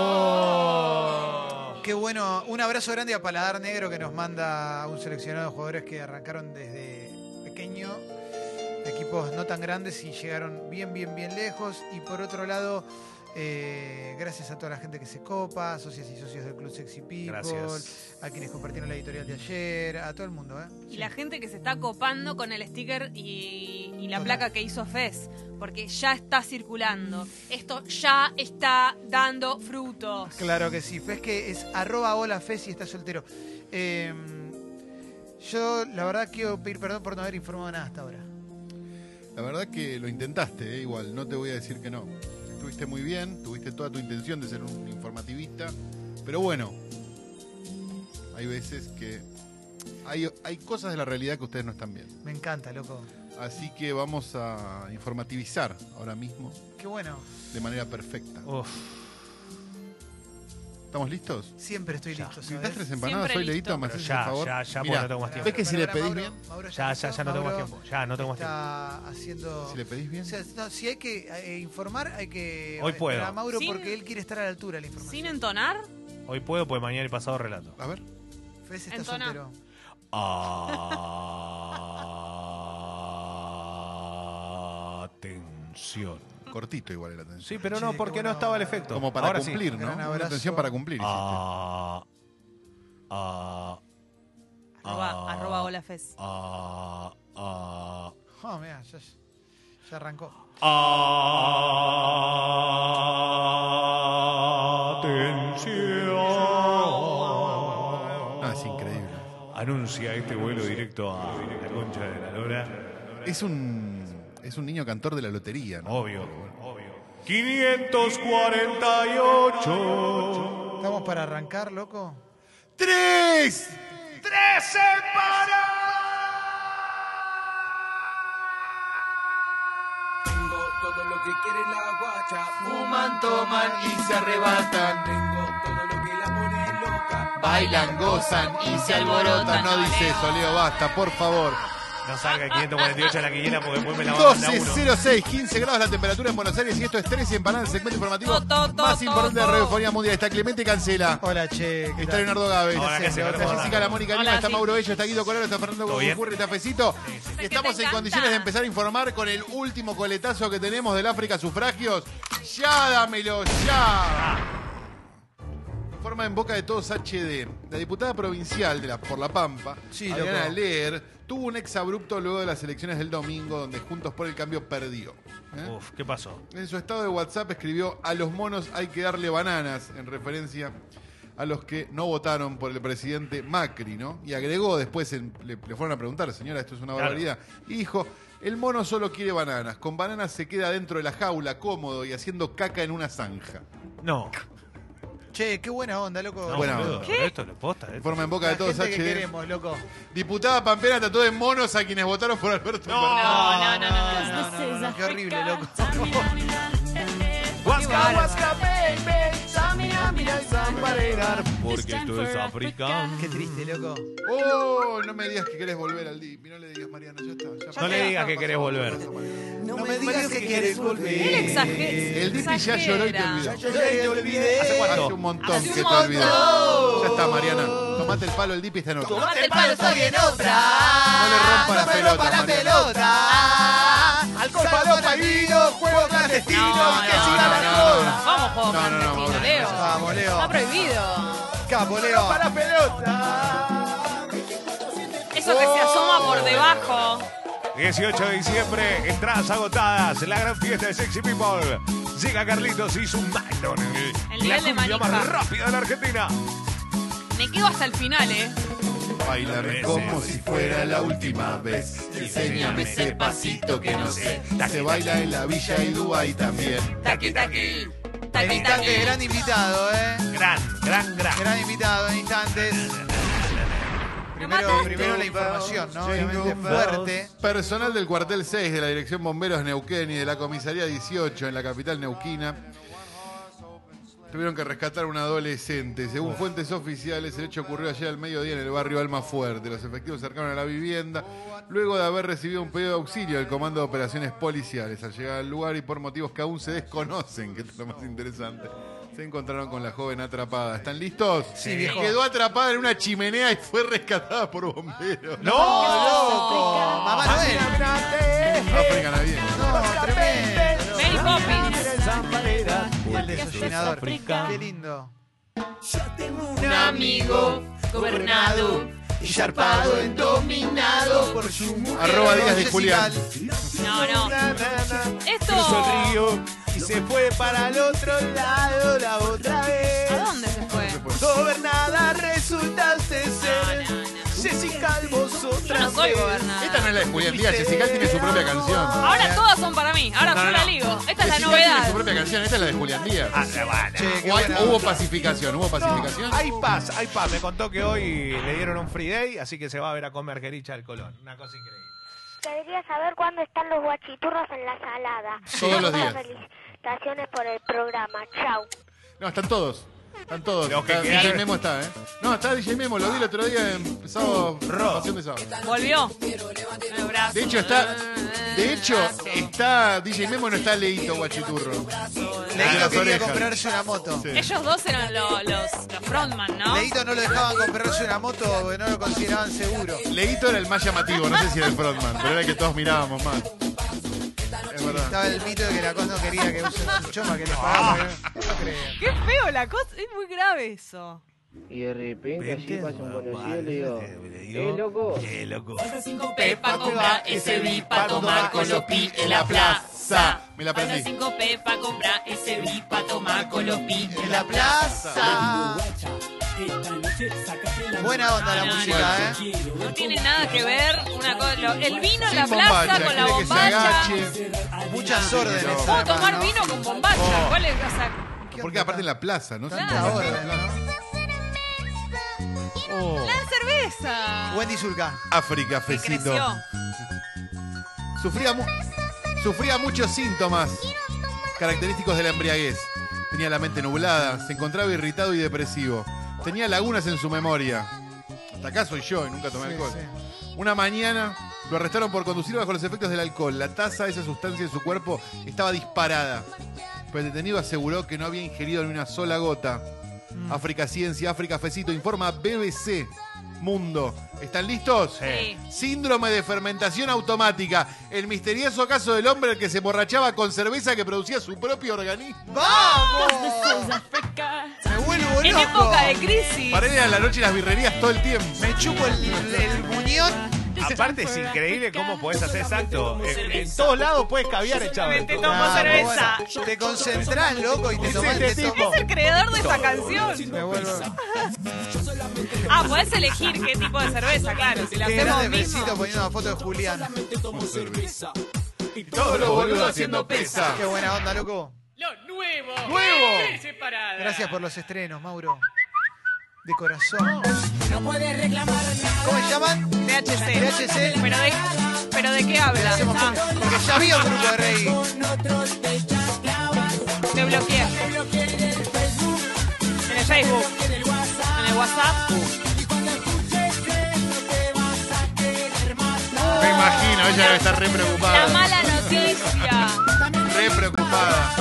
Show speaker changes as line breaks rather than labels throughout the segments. Oh.
qué bueno. Un abrazo grande a Paladar Negro que nos manda un seleccionado de jugadores que arrancaron desde pequeño, de equipos no tan grandes y llegaron bien, bien, bien lejos. Y por otro lado, eh, gracias a toda la gente que se copa, socias y socios del Club Sexy People,
Gracias.
a quienes compartieron la editorial de ayer, a todo el mundo. ¿eh?
Y la gente que se está copando con el sticker y, y la
Total.
placa que hizo Fez, porque ya está circulando. Esto ya está dando frutos.
Claro que sí. Fes que es arroba hola Fes y está soltero. Eh, yo, la verdad, quiero pedir perdón por no haber informado nada hasta ahora.
La verdad que lo intentaste, eh, igual, no te voy a decir que no. Estuviste muy bien, tuviste toda tu intención de ser un informativista, pero bueno, hay veces que hay, hay cosas de la realidad que ustedes no están viendo.
Me encanta, loco.
Así que vamos a informativizar ahora mismo
Qué bueno.
de manera perfecta.
Uf,
¿Estamos listos?
Siempre estoy
Ya.
listo.
¿Gritas
¿sabes?
tres empanadas?
Siempre
Soy Leito,
listo.
me
pero
haces
ya,
un favor.
ya, ya,
Mirá,
porque no tengo más
Pará,
tiempo.
¿Ves que si le
pará,
pedís
Mauro,
bien?
Mauro
Ya,
empezó,
ya, ya no tengo más
Mauro
tiempo. Ya, no tengo más tiempo.
Está haciendo.
Si le pedís bien.
O sea, no, si hay que eh, informar, hay que.
Hoy puedo.
esperar A Mauro,
Sin-
porque él quiere estar a la altura de la
Sin
información.
entonar,
Hoy puedo, pues mañana y pasado relato.
A ver.
Fes está
Entona.
soltero.
Atención.
Cortito igual la atención.
Sí, pero
Che,
no,
qué
porque
buena
no estaba el
onda.
efecto.
Como para
Ahora sí.
cumplir, ¿no?
Gran
Una
abrazo.
atención para cumplir. hiciste.
Ah, ah,
arroba,
Ah.
arroba hola Fez.
ah, ah,
Oh, mirá, ya, ya arrancó.
Atención.
No, es increíble.
Anuncia este vuelo directo a la concha de la lora.
Es un, es un niño cantor de la lotería, ¿no?
Obvio, obvio. 548.
¿Estamos para arrancar, loco?
¡Tres!
Tres
Tengo todo lo que quiere la guacha. Fuman, toman y se arrebatan. Tengo todo lo que la pone loca.
Bailan, gozan y se alborotan. No dice eso, Leo, basta, por favor.
No salga el 548 a la quiniela porque después me la van a mandar uno.
12.06, 15 grados la temperatura en Buenos Aires y esto es 13 empanadas, el segmento informativo
To, to, to,
más
to,
importante de
to.
Radio Euforia Mundial. Está Clemente
Ah.
Cancela,
Hola, che. ¿qué
está
tal?
Leonardo Gávez,
Ahora que se
está
acabó.
Jessica La Mónica Lima,
Hola,
está
sí.
Mauro Bello, está Guido Colero, está Fernando
¿Todo bien?
Gugurri, está Fecito. Y
te
estamos en
encanta.
condiciones de empezar a informar con el último coletazo que tenemos del África Sufragios. ¡Ya dámelo, ya! Forma en boca de todos HD. La diputada provincial de la, por La Pampa,
Sí,
Adriana
loco.
Leer, tuvo un exabrupto luego de las elecciones del domingo, donde Juntos por el Cambio perdió. ¿eh?
Uf, ¿qué pasó?
En su estado de WhatsApp escribió: A los monos hay que darle bananas, en referencia a los que no votaron por el presidente Macri, ¿no? Y agregó después, en- le, le fueron a preguntar, señora, esto es una
Claro.
barbaridad. Y dijo: El mono solo quiere bananas. Con bananas se queda dentro de la jaula, cómodo y haciendo caca en una zanja.
No.
Che, qué buena onda, loco.
no
Buena
boludo,
onda.
pero Esto es lo posta. esto.
Forma en boca
La
de todos
gente que
HD.
queremos, loco.
Diputada Pampera trató de monos a quienes votaron por Alberto Fernández.
No, no, no, no, no.
no, no, no, qué horrible, loco.
Huasca, huasca.
Porque esto es África.
Qué triste, loco.
Oh, no me digas que querés volver al DIP. No le digas, Mariana, ya está. ya pasó,
le digas
ya
que
pasó,
querés
ya
volver.
pasó, Mariana.
No, me digas que quieres
Él
volver.
exage- exagera.
El Dipi ya lloró y te olvidó.
te olvidé.
Hace un montón
Hace un
que te
montón.
olvidó. Ya está, Mariana. Tomate el palo, el Dipi está en otro.
Tomate el palo, estoy en otra.
No le rompa la pelota,
la
Mariana.
pelota. Alcohol, palopa y vino, juego clandestino.
No,
que
no,
siga
no,
la
no.
joda.
Vamos, juego
No, no, no,
clandestino, Leo.
Mauro,
Vamos,
Está
Leo.
prohibido.
Capo, Leo.
Eso que se asoma
Oh.
por debajo.
18 de diciembre, entradas agotadas, la gran fiesta de Sexy People. Llega Carlitos y su McDonald's.
El nivel de
la cumbia
manija.
más rápida de la Argentina.
Me quedo hasta el final, ¿eh?
Báilame como si fuera la última vez. Enséñame ese pasito que no sé. Se baila en la villa y Dubái también.
Taqui, taqui. Taqui, taqui.
Instante, gran invitado, eh.
Gran, gran, gran.
Gran invitado en instantes. Primero,
mataste.
primero la información, ¿no? Obviamente fuerte.
Personal del cuartel 6 de la Dirección Bomberos Neuquén y de la Comisaría 18 en la capital neuquina tuvieron que rescatar a un adolescente. Según fuentes oficiales, el hecho ocurrió ayer al mediodía en el barrio Almafuerte. Los efectivos cercaron a la vivienda luego de haber recibido un pedido de auxilio del Comando de Operaciones Policiales. Al llegar al lugar y por motivos que aún se desconocen, que es lo más interesante, Se encontraron con la joven atrapada. ¿Están listos?
Sí, viejo.
Quedó atrapada en una chimenea y fue rescatada por bomberos.
¡No!
loco! ¡Mamá Noel!
África nadie.
¡No, tremendo!
Mary Poppins.
El desollinador.
África.
¡Qué lindo!
un amigo gobernado y zarpado en dominado por su mujer.
Arroba Díaz de
Jessica,
Julián.
No, no. Esto.
y se fue para el otro lado la otra vez.
¿A dónde se fue?
Gobernada resultaste
No,
ser.
no, no.
Jessica
Yo
vosotras.
no soy gobernada.
Esta no es la de Julián Díaz. Jessica tiene su propia canción.
Ahora todas son para mí. Ahora
No,
yo
no,
la
no.
ligo. Esta es Ah, la
Jessica Tiene su
novedad.
propia canción. Esta es la de Julián Díaz.
Ah, la bala.
Che, qué
O hay-
buena.
hubo pacificación. ¿Hubo pacificación?
Hay paz, hay paz. Me contó que hoy le dieron un free day, así que se va a ver a comer jericha al Colón. Una cosa increíble.
Quería saber cuándo están los guachiturros en la salada.
Todos los días.
Felicitaciones por el programa. Chau.
No, están todos. Están todos.
Los que
Está-
quedaron-
DJ Memo está, ¿eh? No, está DJ Memo. Lo vi el otro día en sábado. Pasión de sábado.
Volvió. El brazo.
De hecho, está. De hecho,
Ah,
está. DJ Memo no está leíto, guachiturro.
Leito
las
quería
orejas.
comprarse una moto.
Sí.
Ellos dos eran lo- los, los frontman, ¿no?
Leito no lo dejaban comprarse una moto porque no lo consideraban seguro.
Leito era el más llamativo, no sé si era el frontman, pero era el que todos mirábamos más. Es verdad.
Estaba el mito de que la cosa no quería que usen su choma, que les pagaba.
Ah.
que no- No creía.
Qué feo la cosa. Es muy grave eso.
Y de repente así pasa un conocido y le digo, ¿eh, loco?
Eh, loco.
Cinco
Pepa, compra ese
vi
bis pa' tomar con los pi en la plaza. Me la aprendí.
Cinco pepa, compra ese vi pa' tomar con los pi
En la plaza. Buena onda la
No, no,
música, ¿eh?
No tiene nada que ver una cosa, lo- el vino en la
Sin
plaza
bombacha,
con la
quiere que se
bombacha.
agache.
Muchas órdenes.
Puedo
además,
tomar
¿no?
vino con bombacha.
Oh.
¿Cuál es? O sea,
Porque aparte en la plaza, ¿no?
Claro.
Tanta orden, ¿no?
la cerveza.
Wendy Zulka.
África,
Que
fecito.
creció.
Sufría, mu- sufría muchos síntomas característicos de la embriaguez. Tenía la mente nublada, se encontraba irritado y depresivo. Tenía lagunas en su memoria. Hasta acá soy yo y nunca tomé
Sí,
alcohol.
sí.
Una mañana lo arrestaron por conducir bajo los efectos del alcohol. La tasa de esa sustancia en su cuerpo estaba disparada. Pero el detenido aseguró que no había ingerido ni una sola gota.
Mm.
África Ciencia, África Fecito, informa BBC Mundo. ¿Están listos?
Sí.
Síndrome de fermentación automática. El misterioso caso del hombre al que se borrachaba con cerveza que producía su propio organismo.
¡Vamos! Me vuelvo
En
loco.
época de crisis.
Para ir a la noche y las birrerías todo el tiempo.
Me chupo el, el muñón.
Aparte es increíble cómo podés hacer exacto. En, en todos lados podés caviar echado.
Solamente tomo
Ah,
cerveza.
bueno, te concentrás, loco, y te tomás
este
el
tipo.
tomo.
Es el creador de esa canción.
Me vuelvo.
Ah, podés elegir qué tipo de cerveza, claro. Si la
Qué
hacemos
grande
mismo.
besito poniendo una foto de Julián.
Todos los boludos haciendo pesa.
Qué buena onda, loco.
Lo nuevo.
¡Nuevo!
Separada.
Gracias por los estrenos, Mauro. De corazón. No puedes reclamar ¿Cómo se llaman?
THC.
THC.
Pero de, pero de qué habla?
Hacemos
Ah,
con- Porque ya había un grupo de rey.
te bloqueé. En el Facebook. En el WhatsApp.
Me imagino, ella debe estar re
La
preocupada.
mala noticia.
Re preocupada.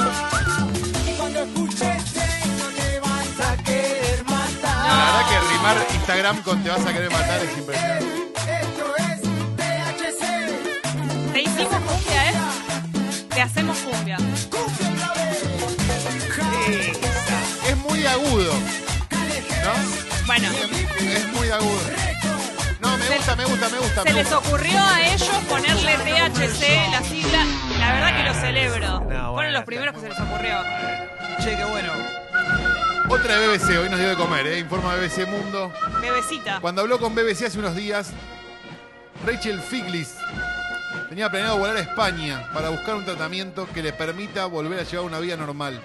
La verdad que rimar Instagram con te vas a querer matar es impresionante.
Te hicimos cumbia, ¿eh? Te hacemos cumbia.
Es muy agudo. ¿No?
Bueno,
Es muy agudo. No, me gusta, me gusta, me gusta.
se
me
les
gusta.
ocurrió a ellos ponerle THC, la sigla. La verdad que lo celebro. Fueron los primeros que se les ocurrió.
Che, qué bueno.
Otra de BBC, hoy nos dio de comer, ¿eh? Informa BBC Mundo.
Bebecita.
Cuando habló con BBC hace unos días, Rachel Figlis tenía planeado volar a España para buscar un tratamiento que le permita volver a llevar una vida normal.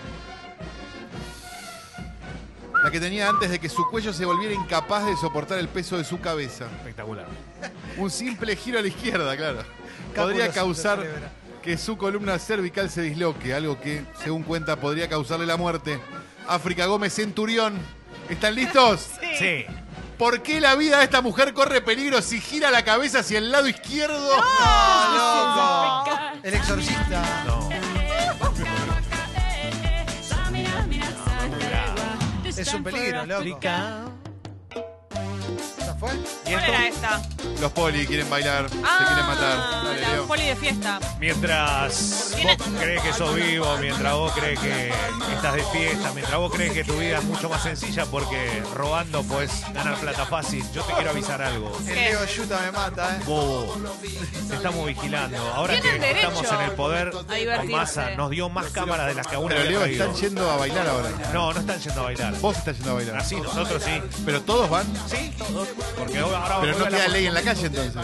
La que tenía antes de que su cuello se volviera incapaz de soportar el peso de su cabeza.
Espectacular.
Un simple giro a la izquierda, claro. Podría
Cápulos de
causar
cerebro.
que su columna cervical se disloque, algo que, según cuenta, podría causarle la muerte. África Gómez Centurión. ¿Están listos?
Sí.
¿Por qué la vida de esta mujer corre peligro si gira la cabeza hacia el lado izquierdo?
¡Oh, loco! El exorcista.
No.
Es un peligro, loco. ¿No fue?
¿Y
¿Cuál
esto?
era esta?
Los poli quieren bailar, se quieren matar.
Ah,
Dale,
la
Leo.
poli de fiesta.
Mientras vos crees que sos vivo, mientras vos crees que estás de fiesta, mientras vos crees que tu vida es mucho más sencilla porque robando podés ganar plata fácil, yo te quiero avisar algo.
El Leo Yuta me mata, ¿eh?
Bobo, te estamos vigilando. Ahora que
Tienen derecho
estamos en el poder,
a divertirse.
Massa nos dio más cámaras de las que a uno
Pero
le
Leo,
había
están
pedido.
yendo a bailar ahora.
No, no están yendo a bailar.
Vos estás yendo a bailar.
Así, nosotros sí.
Pero todos van.
Sí, todos. Porque ahora
Pero no
vuelve la-
queda ley en la calle entonces.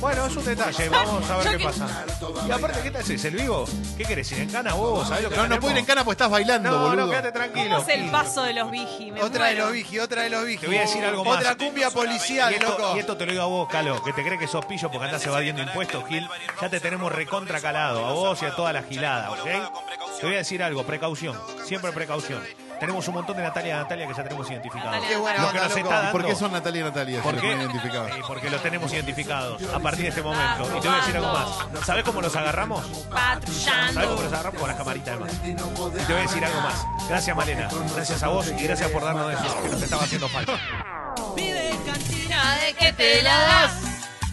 Bueno, es un detalle, vamos a
Yo
ver qué
que-
pasa. Y aparte, ¿qué tal si es el vivo? ¿Qué querés? ¿Ir en cana vos? ¿Sabés lo que
No, no
tenemos?
puedo ir en cana porque estás bailando,
No,
boludo.
no, quédate tranquilo.
¿Cómo es el paso de los Vigi? Me
Otra de
muero.
los Vigi, otra de los Vigi.
Te voy a decir algo más.
Otra cumbia policial,
y esto,
loco.
y esto te lo digo a vos, Calo, que te crees que sos pillo porque andás evadiendo impuestos, Gil. Ya te tenemos recontra calado, a vos y a toda la gilada, ¿ok? Te voy a decir algo, precaución, siempre precaución. Tenemos un montón de Natalia Natalia que ya tenemos identificados.
Natalia, Qué buena
Lo que
onda,
nos
loco.
está
¿Y
dando-
por qué son Natalia y Natalia?
¿Por
si
qué? Eh,
los tienen identificados?
Sí, porque los tenemos identificados a partir de este momento. Y te voy a decir algo más. ¿Sabés cómo los agarramos? ¿Sabés cómo los
Patrullando.
agarramos? Con las camaritas además. Y te voy a decir algo más. Gracias, Malena. Gracias a vos y gracias por darnos eso, que nos estaba haciendo falta.
Vive en cantina de que te la das.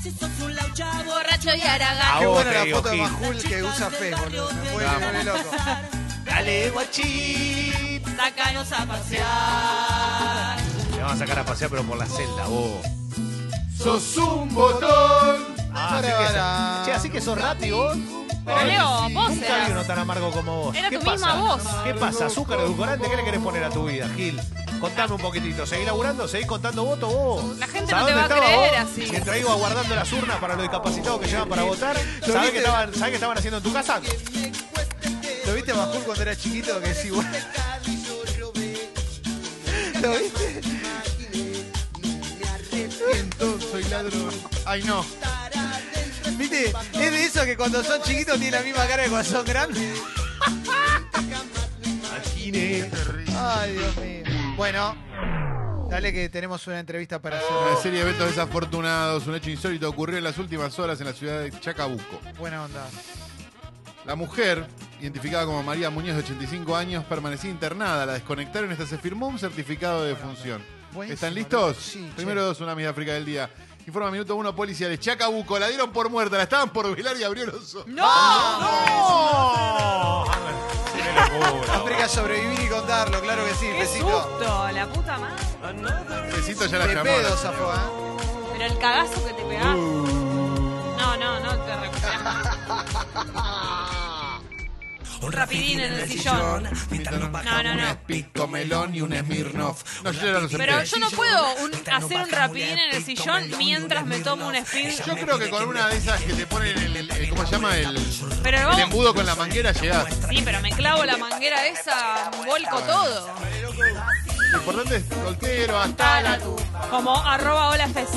Si sos un laucha borracho y
A
Ah, Qué
aragán.
vos
buena
te
la
digo,
foto de
Gil.
Majul que usa fe, boludo. Me vuelve re loco.
Dale, guachín.
Sácanos a pasear.
Te van a sacar a pasear, pero por la celda, vos.
Sos un botón.
Ah, así que,
Tarara.
sos- che, así que sos rati vos.
Pero Leo, vos
Nunca
eras.
vi uno tan amargo como vos.
Era
¿Qué
tu
pasa?
misma voz.
¿Qué pasa? ¿Azúcar edulcorante? ¿Qué le querés poner a tu vida, Gil? Contame un poquitito. ¿Seguís laburando? ¿Seguís contando votos vos?
La gente no
¿Sabés
te
dónde
va a
estaba
creer
vos?
así.
Mientras iba guardando las urnas para los discapacitados que llevan para votar, ¿sabés qué estaban, sabés qué estaban haciendo en tu casa?
¿Lo viste a Majul cuando era chiquito? Que es igual. ¿Lo viste?
Soy ladrón. Ay, no.
¿Viste? Es de eso que cuando son chiquitos tienen la misma cara que cuando son grandes. Ay, Dios mío. Bueno, dale que tenemos una entrevista para
Una
hacer.
serie de eventos desafortunados, un hecho insólito ocurrió en las últimas horas en la ciudad de Chacabuco.
Buena onda.
La mujer, identificada como María Muñoz, de 85 años, permanecía internada. La desconectaron hasta se firmó un certificado de función.
Buenísimo,
¿Están listos?
loco. Sí,
Primero
sí.
dos, una de África del día. Informa Minuto 1, policiales. Chacabuco, la dieron por muerta, la estaban por velar y abrió los ojos.
¡No!
¡No! ¡Qué ¡Oh! locura!
África sobrevivir y contarlo, claro que sí.
¡Qué
Besito.
susto! La puta madre.
Besito ya la
De
llamó.
pedo, zafó, ¿eh?
Pero el cagazo que te pegás.
Uh.
No, no, no te recuperás más. Un rapidín en el sillón. No, no, no.
Pico melón y un Smirnoff. No, yo ya los
Pero
empecé.
yo no puedo un- hacer un rapidín en el sillón mientras me tomo un spin.
Yo creo que con una de esas que te ponen el, el- ¿cómo se llama? El,
Pero
el
vamos.
embudo con la manguera llegás.
Sí, pero me clavo la manguera esa, vuelco todo.
Lo importante es soltero, hasta la tu.
Como arroba hola fes.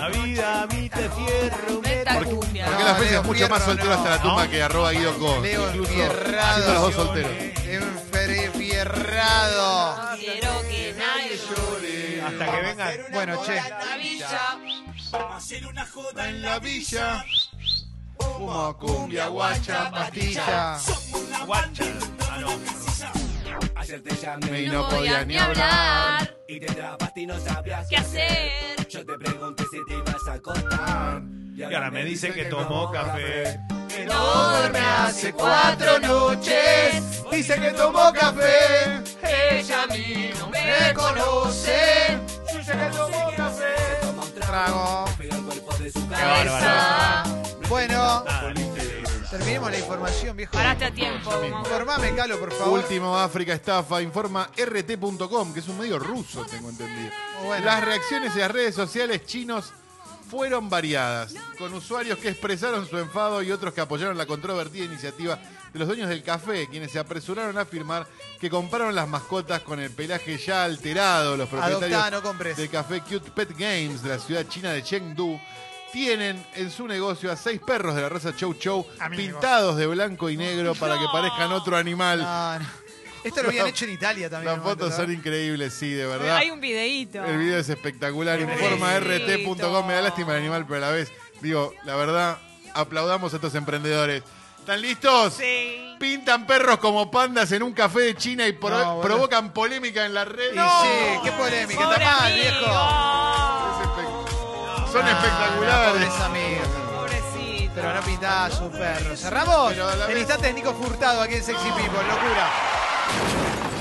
La vida a mí te fierro.
Meta
Porque,
cumbia.
porque
No,
las veces
Leo,
es mucho
fierro,
más soltero
no.
hasta la tumba que arroba Guido Co.
Leo
Incluso
enfierrado.
siendo los dos solteros.
Enfierrado.
Quiero que nadie
Hasta que vengan.
Bueno, che.
Maravilla.
En la villa. Humo, cumbia, guacha, pastilla.
Pastilla.
Guacha. Ah, no.
Ayer te llamé
Y no podía ni hablar.
hablar.
y te trabaste y no sabías
¿Qué hacer?
Yo te pregunté si te ibas a acostar.
Y ahora me dice que tomó café.
No duerme hace cuatro noches.
Dice que tomó café.
Ella a mí no me conoce.
Trago.
Pero el cuerpo de su
Qué
cabeza.
bárbaro.
Bueno, terminemos la información, viejo.
Paraste a tiempo, Mau.
Formame, Calo, por favor.
Último África Estafa, informa RT.com, que es un medio ruso, tengo entendido.
Oh, Bueno.
Las reacciones en las redes sociales chinos fueron variadas, con usuarios que expresaron su enfado y otros que apoyaron la controvertida iniciativa de los dueños del café, quienes se apresuraron a afirmar que compraron las mascotas con el pelaje ya alterado. Los propietarios
Adoptá, no compres.
del café Cute Pet Games de la ciudad china de Chengdu tienen en su negocio a seis perros de la raza Chow Chow
Amigos.
pintados de blanco y negro para que
No.
parezcan otro animal.
No, no. Esto lo habían hecho en Italia también.
Las
en un momento,
fotos son
¿sabes?
increíbles, sí, de verdad.
Hay un videíto.
El video es espectacular. Informa
Pobrecito.
rt.com. Me da lástima el animal, pero a la vez, digo, la verdad, aplaudamos a estos emprendedores ¿Están listos?
Sí.
Pintan perros como pandas en un café de China y pro-
No, boludo.
provocan polémica en la red.
Y sí, qué polémica,
Pobre
está mal,
amigo.
viejo.
Es espe- Son
Ah,
espectaculares.
pobres amigos.
Pobrecito.
Pero no pintaba su perro. Cerramos
Pero a la
en
vez-
instantes Nico Furtado aquí en Sexy People. Locura.